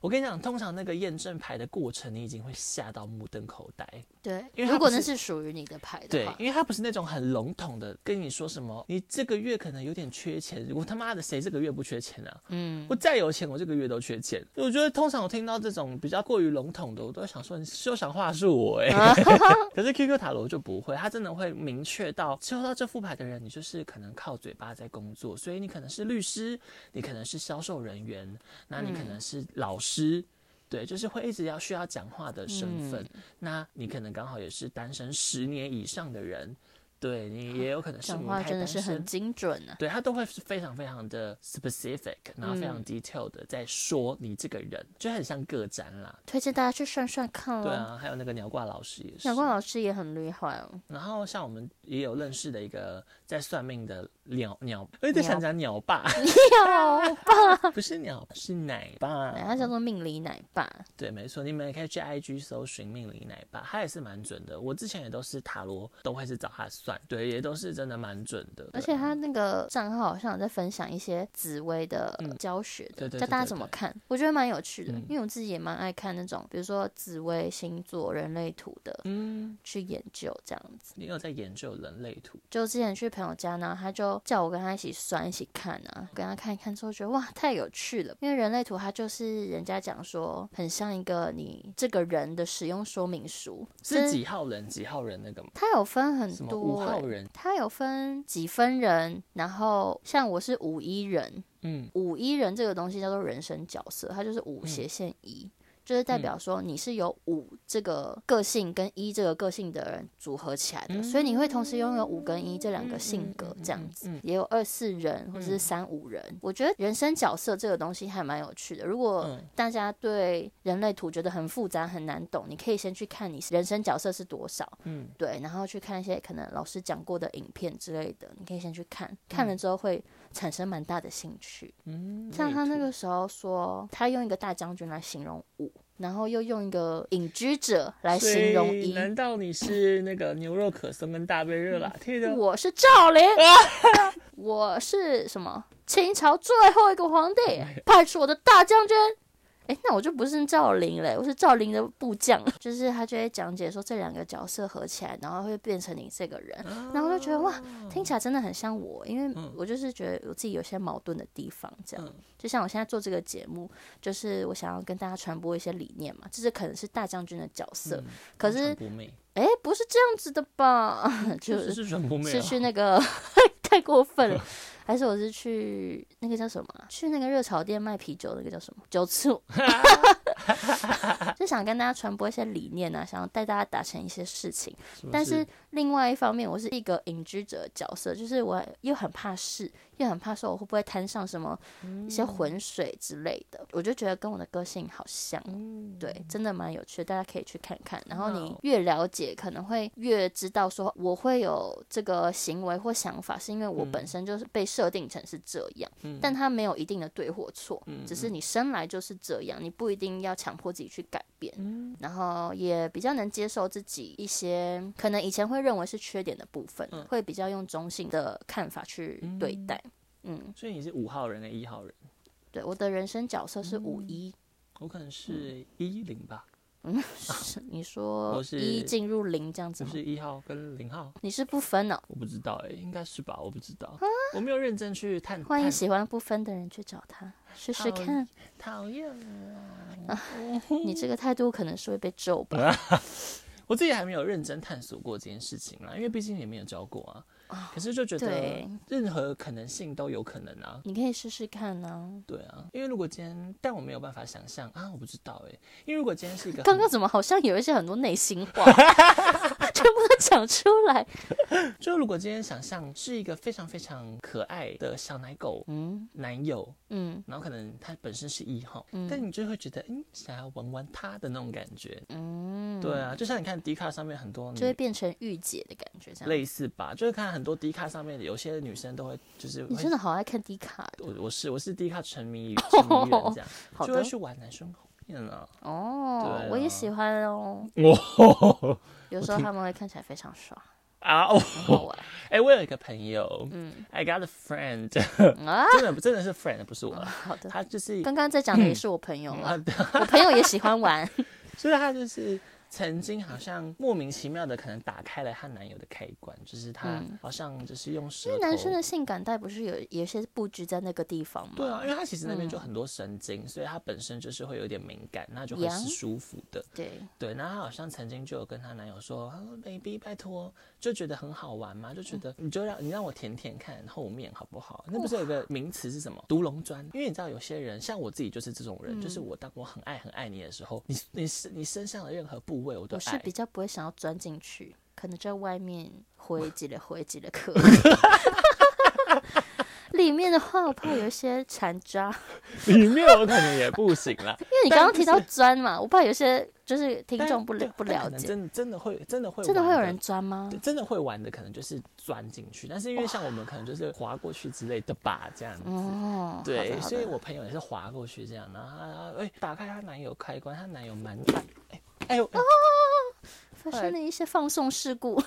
我跟你讲，通常那个验证牌的过程，你已经会吓到目瞪口呆。对，因为它如果不那是是属于你的牌的对话，，因为他不是那种很笼统的跟你说什么，你这个月可能有点缺钱。我他妈的谁这个月不缺钱啊？嗯，我再有钱，我这个月都缺钱。我觉得通常我听到这种比较过于笼统的，我都想说你休想话术我哎、啊 [LAUGHS] 可是 QQ 塔罗就不会，他真的会明确到抽到这副牌的人，你就是可能靠嘴巴在工作，所以你可能是律师，你可能是销售人员，那你可能是老师。对，就是会一直要需要讲话的身份，嗯那你可能刚好也是单身十年以上的人，对你也有可能是讲母话胎真的单是很身，精准啊。对他都会是非常非常的 specific，然后非嗯常 detail 的在说你这个人，就很像个展啦。推荐大家去算算看对喽。啊，还有那个鸟挂老师也是小。光老师也很厉害 [LAUGHS] 哦，然后像我们也有认识的一个在算命的鸟鸟，我有点想讲鸟 [LAUGHS] 爸，有，不是鸟，是奶他 [LAUGHS] 爸。叫做命理奶爸，对，没错，你们也可以去 IG 搜寻命理奶爸，他也是蛮准的。我之前也都是塔罗，都会是找他算，对，也都是真的蛮准的。而对且他那个账号好像有在分享一些紫薇的呃教学的，嗯对对对教大家对怎么对看，我觉得蛮有趣的，嗯因为我自己也蛮爱看那种，比如说紫薇星座、人类图的，嗯，去研究这样子。你有在研究人类图，就之前去朋友家呢，他就叫我跟他一起算、一起看啊，跟他看一看之后觉得哇太有趣了，因为人类图它就是人家讲说很像一个你这个人的使用说明书，是几号人几号人那个吗？它有分很什么五多、号欸，人？它有分几分人，然后像我是五一人，嗯，五一人这个东西叫做人生角色，它就是五斜线一、就是代表说你是由五这个个性跟一这个个性的人组合起来的，所以你会同时拥有五跟一这两个性格这样子，也有二四人或者是三五人。我觉得人生角色这个东西还蛮有趣的，如果嗯大家对人类图觉得很复杂很难懂，你可以先去看你人生角色是多少，嗯对，然后去看一些可能老师讲过的影片之类的，你可以先去看，看了之后会产生蛮大的兴趣。嗯，像他类那图个时候说，他用一个大将军来形容五，然后又用一个隐居者来形容所以一。难道你是那个牛肉可颂跟大杯热嗯拿铁的？我是赵林， [LAUGHS] 我是什么？清朝最后一个皇帝，派出我的大将军。哎，那我就不是赵林嘞，我是赵林的部将。就是他就会讲解说这两个角色合起来，然后会变成你这个人。然后我就觉得哇，听起来真的很像我，因为我就是觉得我自己有些矛盾的地方，这样。就像我现在做这个节目，就是我想要跟大家传播一些理念嘛，就是可能是大将军的角色，可是不媚，哎，不是这样子的吧？ [LAUGHS] 就就是是传不媚是啊，去那个 [LAUGHS] 太过分了，还是我是去那个叫什么啊、去那个热炒店卖啤酒那个叫什么？酒醋？就想跟大家传播一些理念啊，想要带大家达成一些事情。不但是另外一方面，我是一个隐居者的角色，就是我又很怕事，又很怕说我会不会摊上什么一些浑水之类的。我就觉得跟我的个性好像哦，对，真的蛮有趣的，大家可以去看看。然后你好越了解，可能会越知道说我会有这个行为或想法，是因为我本身就是被设定成是这样，嗯但它没有一定的对或错，只是你生来就是这样，你不一定要强迫自己去改变。嗯然后也比较能接受自己一些可能以前会认为是缺点的部分，嗯会比较用中性的看法去对待。嗯所以你是五号人跟一号人，对，我的人生角色是五一、嗯我可能是一零吧， [LAUGHS] 是你说我是一进入零这样子是吗不？是一号跟零号？你是不分哦，我不知道哎、应该是吧，我不知道，我没有认真去探啊欢迎探。喜欢不分的人去找他试试好看。讨厌啊，你这个态度可能是会被揍吧？啊我自己还没有认真探索过这件事情啦，因为毕竟也没有教过啊。可是就觉得对任何可能性都有可能啊。你可以试试看 [LAUGHS] 呢、对啊，因为如果今天，但我没有办法想象啊，我不知道哎、因为如果今天是一个刚很刚怎么好像有一些很多内心 [LAUGHS] 话，全部都讲出来。就如果今天想象是一个非常非常可爱的小奶狗嗯男友，嗯然后可能他本身是一号，嗯但你就会觉得嗯，想要玩玩他的那种感觉。嗯，对啊，就像你看迪卡上面很多就会女变成御姐的感觉，这样。嗯类似吧，就是看很多迪卡上面有些女生都会就是你会真。的好爱看迪卡，我我是我是迪卡沉 [LAUGHS] 迷于沉迷人这样，好就会的去玩男生后面啊。哦对，我也啊喜欢哦。哇有时候他们会看起来非常爽，哦 [LAUGHS] 啊！哦很好玩。哎、我有一个朋友，嗯 i got a [LAUGHS] friend，啊，真的真的是 friend，不是我啦，好的。他就是刚刚在讲的 [CLEARS THROAT] 也是我朋友啊嘛，我朋友也喜欢 [LAUGHS] 玩。所以她就是曾经好像莫名其妙的可能打开了她男友的开关，就是她嗯好像就是用舌因头。为男生的性感带不是有有些布局在那个地方吗？对啊，因为她其实那嗯边就很多神经，所以她本身就是会有点敏感，那就会痒是舒服的。对，对，然后她好像曾经就有跟她男友说：“她说 baby，拜托，就觉得很好玩嘛，就觉嗯得你就让你让我舔舔看后面好不好？”那不是有个名词是什么？独龙砖。因为你知道有些人，像我自己就是这种嗯人，就是我当我很爱很爱你的时候，你你是你身上的任何部位我都我爱。是比较不会想要钻进去，可能在外面挥几了挥几了 [LAUGHS] 可。 [LAUGHS] 里面的话，我怕有一些残渣，里面我可能也不行啦，因为你刚刚提但到钻嘛，我怕有些就是 [LAUGHS] 听但众不对了不但了可能解，真的真的会真的会真的会玩有人钻吗对？真的会玩的，可能就是钻进去，但是因为像我们可能就是滑过去之类的吧，这样子。哦，好对，的好所以的我朋友也是滑过去这样，然后她哎、打开她男友开关，她男友蛮大，哎哎呦，哦哎发生了一些放送事故，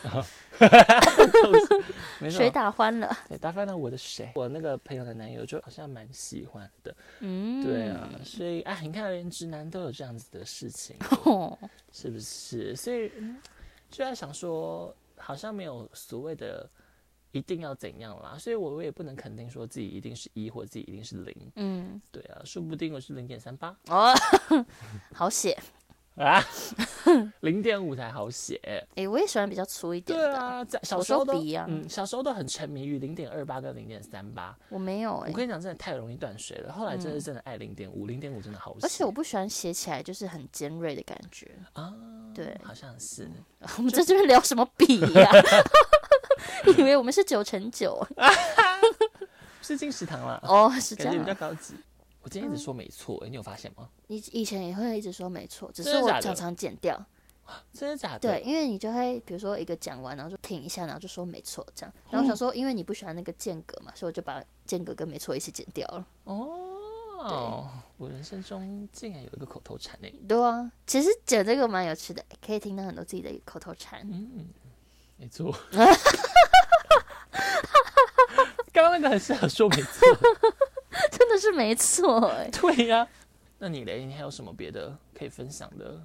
没事水，打翻了。对，打翻了我的谁？我那个朋友的男友就好像蛮喜欢的，嗯，对啊，所以啊，你看连直男都有这样子的事情，哦，是不是？所以嗯就在想说，好像没有所谓的一定要怎样啦，所以我我也不能肯定说自己一定是一或自己一定是零，嗯，对啊，说不定我是零点三八哦， [LAUGHS] 好写。啊，零点五才好写。诶，我也喜欢比较粗一点对的， [LAUGHS] 啊，在小我时候说都比啊嗯，小时候都很沉迷于零点二八跟零点三八。我没有诶，我跟你讲，真的太容易断水了。后来真的是真的爱零点五，零点五真的好写。而且我不喜欢写起来就是很尖锐的感觉。啊，对，嗯好像是。我们在这边聊什么笔呀、 [LAUGHS] 以为我们是九乘九是金石堂啦，哦，是这感觉比样较啊。高级。我今天一直说没错、欸，你有发现吗？你以前也会一直说没错，只真是的我假的常常剪掉。真的假的？对，，因为你就会比如说一个讲完，然后就停一下，然后就说没错这样。然后我想说，因为你不喜欢那个间隔嘛，所以我就把间隔跟没错一起剪掉了。哦，我人生中竟然有一个口头禅诶、对啊，其实剪这个蛮有趣的，可以听到很多自己的口头禅。 [LAUGHS] 嗯没错。刚刚那个很适合说没错。真的是没错哎、对呀、那你嘞？你还有什么别的可以分享的？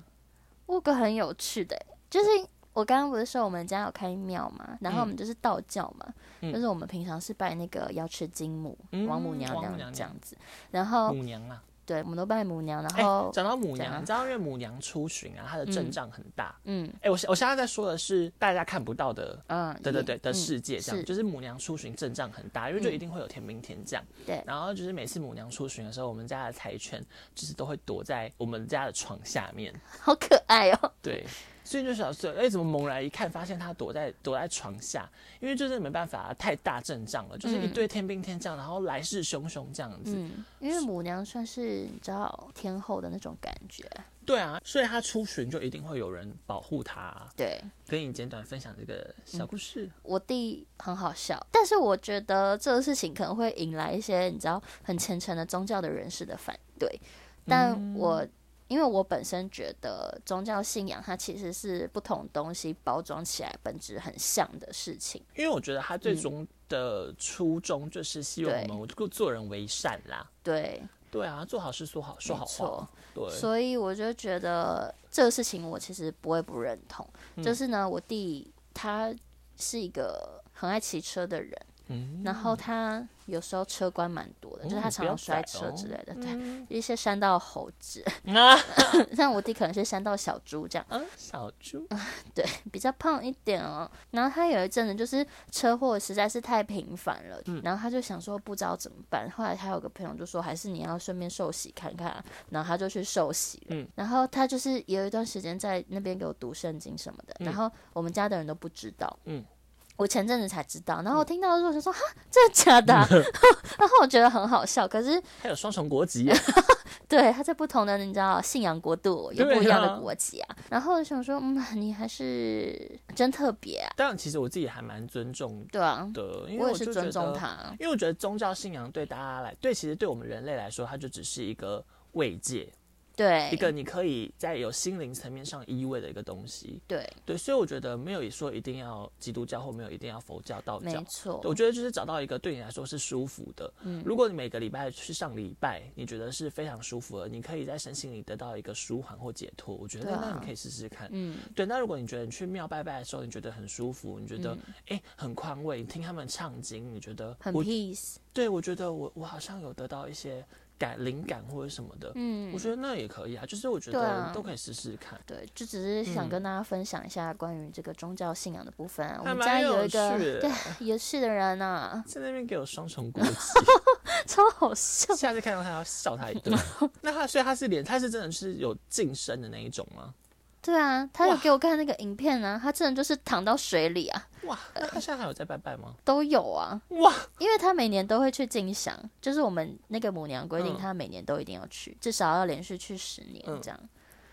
我有个很有趣的欸、就是我刚刚不是说我们家有开庙嘛，然后我们就是道教嘛，嗯就是我们平常是拜那个瑶池金母、王母娘王嗯娘嗯母娘娘这样子，然后母娘啊，对，我们都拜母娘，哎、哦然后、讲到母怎娘，样你知道，因为母娘出巡啊，她的阵仗很大。嗯哎、我现我现在在说的是大家看不到的嗯，对对也对的嗯世界，这样、是就是母娘出巡阵仗很大，因为就嗯一定会有天兵天将。对然后就是每次母娘出巡的时候，我们家的柴犬就是都会躲在我们家的床下面。好可爱哦。对，所以就想说，哎、怎么猛然一看，发现它躲在躲在床下，因为就是没办法，太大阵仗了，就是一嗯堆天兵天将，然后来势汹汹这样子。嗯，因为母娘算是你知道天后的那种感觉，对啊，所以它出巡就一定会有人保护它、对。跟你简短分享这个嗯小故事。我弟很好笑，但是我觉得这个事情可能会引来一些你知道很虔诚的宗教的人士的反对，但我、因为我本身觉得宗教信仰它其实是不同东西包装起来本质很像的事情，因为我觉得他嗯最终的初衷就是希望我们做做人为善啦。对，对啊，做好事说好说没好话错。。对，所以我就觉得这个事情我其实不会不认同。嗯就是呢，我弟他是一个很爱骑车的人，嗯然后他有时候车关蛮多的，就是他嗯常不常要摔载车哦之类的，对。一些山道猴子， [LAUGHS] 啊，像我弟可能是山道小猪这样，啊小猪，比较胖一点哦。然后他有一阵子就是车祸实在是太频繁了，嗯然后他就想说不知道怎么办。后来他有个朋友就说，还是你要顺便受洗看看啊、然后他就去受洗了。嗯然后他就是也有一段时间在那边给我读圣经什么的，然后我们家的人都不知道。嗯我前阵子才知道，然后我听到的时候就说：“哈，真的假的啊、 [LAUGHS] 然后我觉得很好笑，可是还有双重国籍耶，啊对，他在不同的你知道信仰国度有对不一样啊的国籍啊。然后我想说，嗯，你还是真特别啊， [LAUGHS] 但其实我自己还蛮尊重对啊，的，因为我也就是觉尊重得，他，啊因为我觉得宗教信仰对大家来，对其实对我们人类来说，它就只是一个慰藉，对，一个你可以在有心灵层面上依偎的一个东西。对，对，所以我觉得没有说一定要基督教或没有一定要佛教、道没教，错，嗯我觉得就是找到一个对你来说是舒服的。如果你每个礼拜去上礼拜，你觉得是非常舒服的，你可以在身心里得到一个舒缓或解脱。我觉得对啊那你可以试试看。嗯，对，那如果你觉得你去庙拜拜的时候，你觉得很舒服，你觉嗯得诶很宽慰，你听他们唱经，你觉得很我 peace，对我觉得我我好像有得到一些感灵感或者什么的，嗯我，觉得那也可以啊。就是我觉对啊得都可以试试看。对，就只是想嗯跟大家分享一下关于这个宗教信仰的部分啊。我还们蛮家有有一个趣的对有趣的人啊， [LAUGHS] 在那边给我双重国籍，超好笑。下次看到他要笑他一 [LAUGHS] 顿。那他所以他是连他是真的是有晋升的那一种吗？对啊，他有给我看那个影片啊，他真的就是躺到水里啊，哇，那他现在还有在拜拜吗？都有啊。哇，因为他每年都会去进香，就是我们那个母娘规定，嗯他每年都一定要去，至少要连续去十年嗯这样、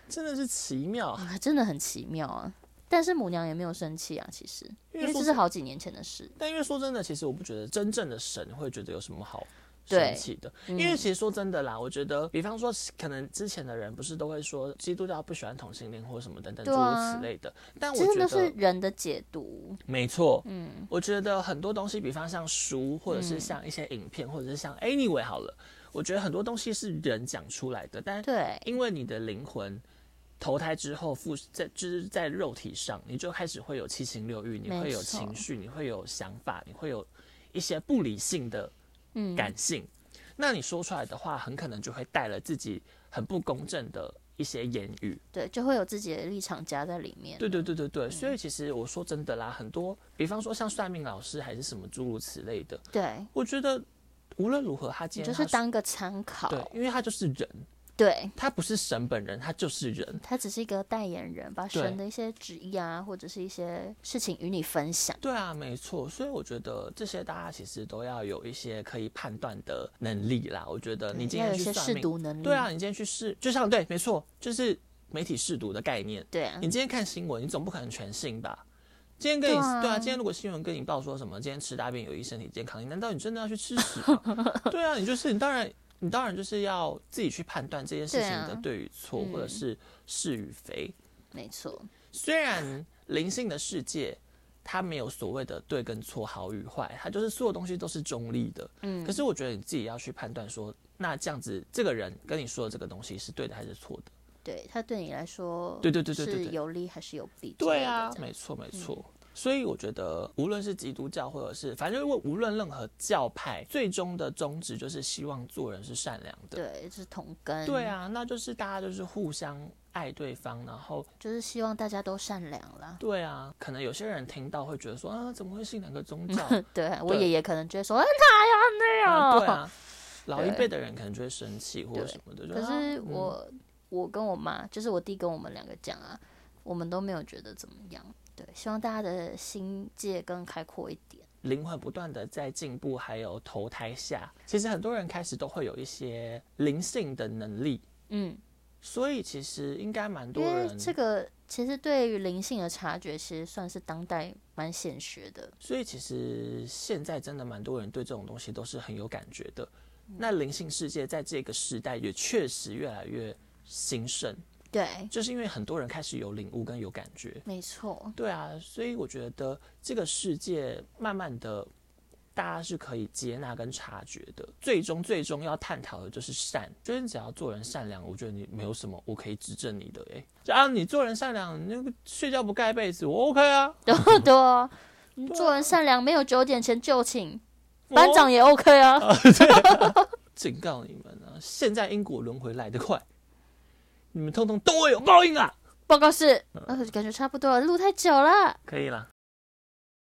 真的是奇妙，啊真的很奇妙啊。但是母娘也没有生气啊，其实，因因为为说这是好几年前的事。但因为说真的，其实我不觉得真正的神会觉得有什么好对嗯神奇的，因为其实说真的啦，我觉得，比方说，可能之前的人不是都会说基督教不喜欢同性恋或什么等等诸对如啊此类的，但我这些觉都是得人的解读，没错，嗯，我觉得很多东西，比方像书，或者是嗯像一些影片，或者是像 anyway 好了，我觉得很多东西是人讲出来的，但对，因为你的灵魂投胎之后附在就是在肉体上，你就开始会有七情六欲，你没会有错情绪，你会有想法，你会有一些不理性的嗯，感性。那你说出来的话，很可能就会带了自己很不公正的一些言语。对，就会有自己的立场加在里面。对对对对对，所嗯以其实我说真的啦，很多，比方说像算命老师还是什么诸如此类的，对，我觉得无论如何，他今你天就是他当个参考，对，因为他就是人，对他不是神本人，他就是人。他只是一个代言人，把对神的一些旨意啊，或者是一些事情与你分享。对啊，没错，所以我觉得这些大家其实都要有一些可以判断的能力啦。我觉得呃你今要有天一去些算试命，读能力。对啊，，你今天去试，就像对，没错，就是媒体试读的概念。对啊你，今天看新闻，你总不可能全信吧？今天跟你对啊对啊，今天如果新闻跟你报说什么今天吃大便有益身体健康，你难道你真的要去吃屎吗？ [LAUGHS] 对啊，你就是你当然你当然就是要自己去判断这件事对情的啊对与错，或者嗯是是与非。没错，虽然灵性的世界，它没有所谓的对跟错、好与坏，它就是所有东西都是中立的。嗯可是我觉得你自己要去判断说，那这样子这个人跟你说的这个东西是对的还是错的？对他对你来说，哦对对对对对对是有利还是有弊之类的？对啊这，样嗯没错没错。所以我觉得，无论是基督教或者是，反正因为无论任何教派，最终的宗旨就是希望做人是善良的。对，就是同根。对，啊，那就是大家就是互相爱对方，然后就是希望大家都善良啦。对啊，可能有些人听到会觉得说啊，怎么会信两个宗教？ [LAUGHS] 对我对爷爷可能就会说，哎 [LAUGHS] 哪有啊那对样？啊，老一对辈的人可能就会生气或者什么的。就可是啊嗯我、我跟我妈，就是我弟跟我们两个讲啊，我们都没有觉得怎么样。对，希望大家的心界更开阔一点。灵魂不断的在进步，还有投胎下，其实很多人开始都会有一些灵性的能力，嗯，所以其实应该蛮因多为人，这个其实对于灵性的察觉，其实算是当代蛮显学的。所以其实现在真的蛮多人对这种东西都是很有感觉的。嗯那灵性世界在这个时代也确实越来越兴盛，对，就是因为很多人开始有领悟跟有感觉。没 [LAUGHS] 错。对啊，所以我觉得这个世界慢慢的，大家是可以接纳跟察觉的。最终最终要探讨的就是善，就是你只要做人善良，我觉得你没有什么我可以指正你的、欸。哎，就啊，你做人善良，你那个睡觉不盖被子，我 OK 啊。对啊 [LAUGHS] 对啊，你做人善良，没有九点前就寝，班长也 OK 啊。警告你们啊，现在因果轮回来得快，你们通通都会有报应啊。报告是，呃，感觉差不多了，录太久了。可以啦，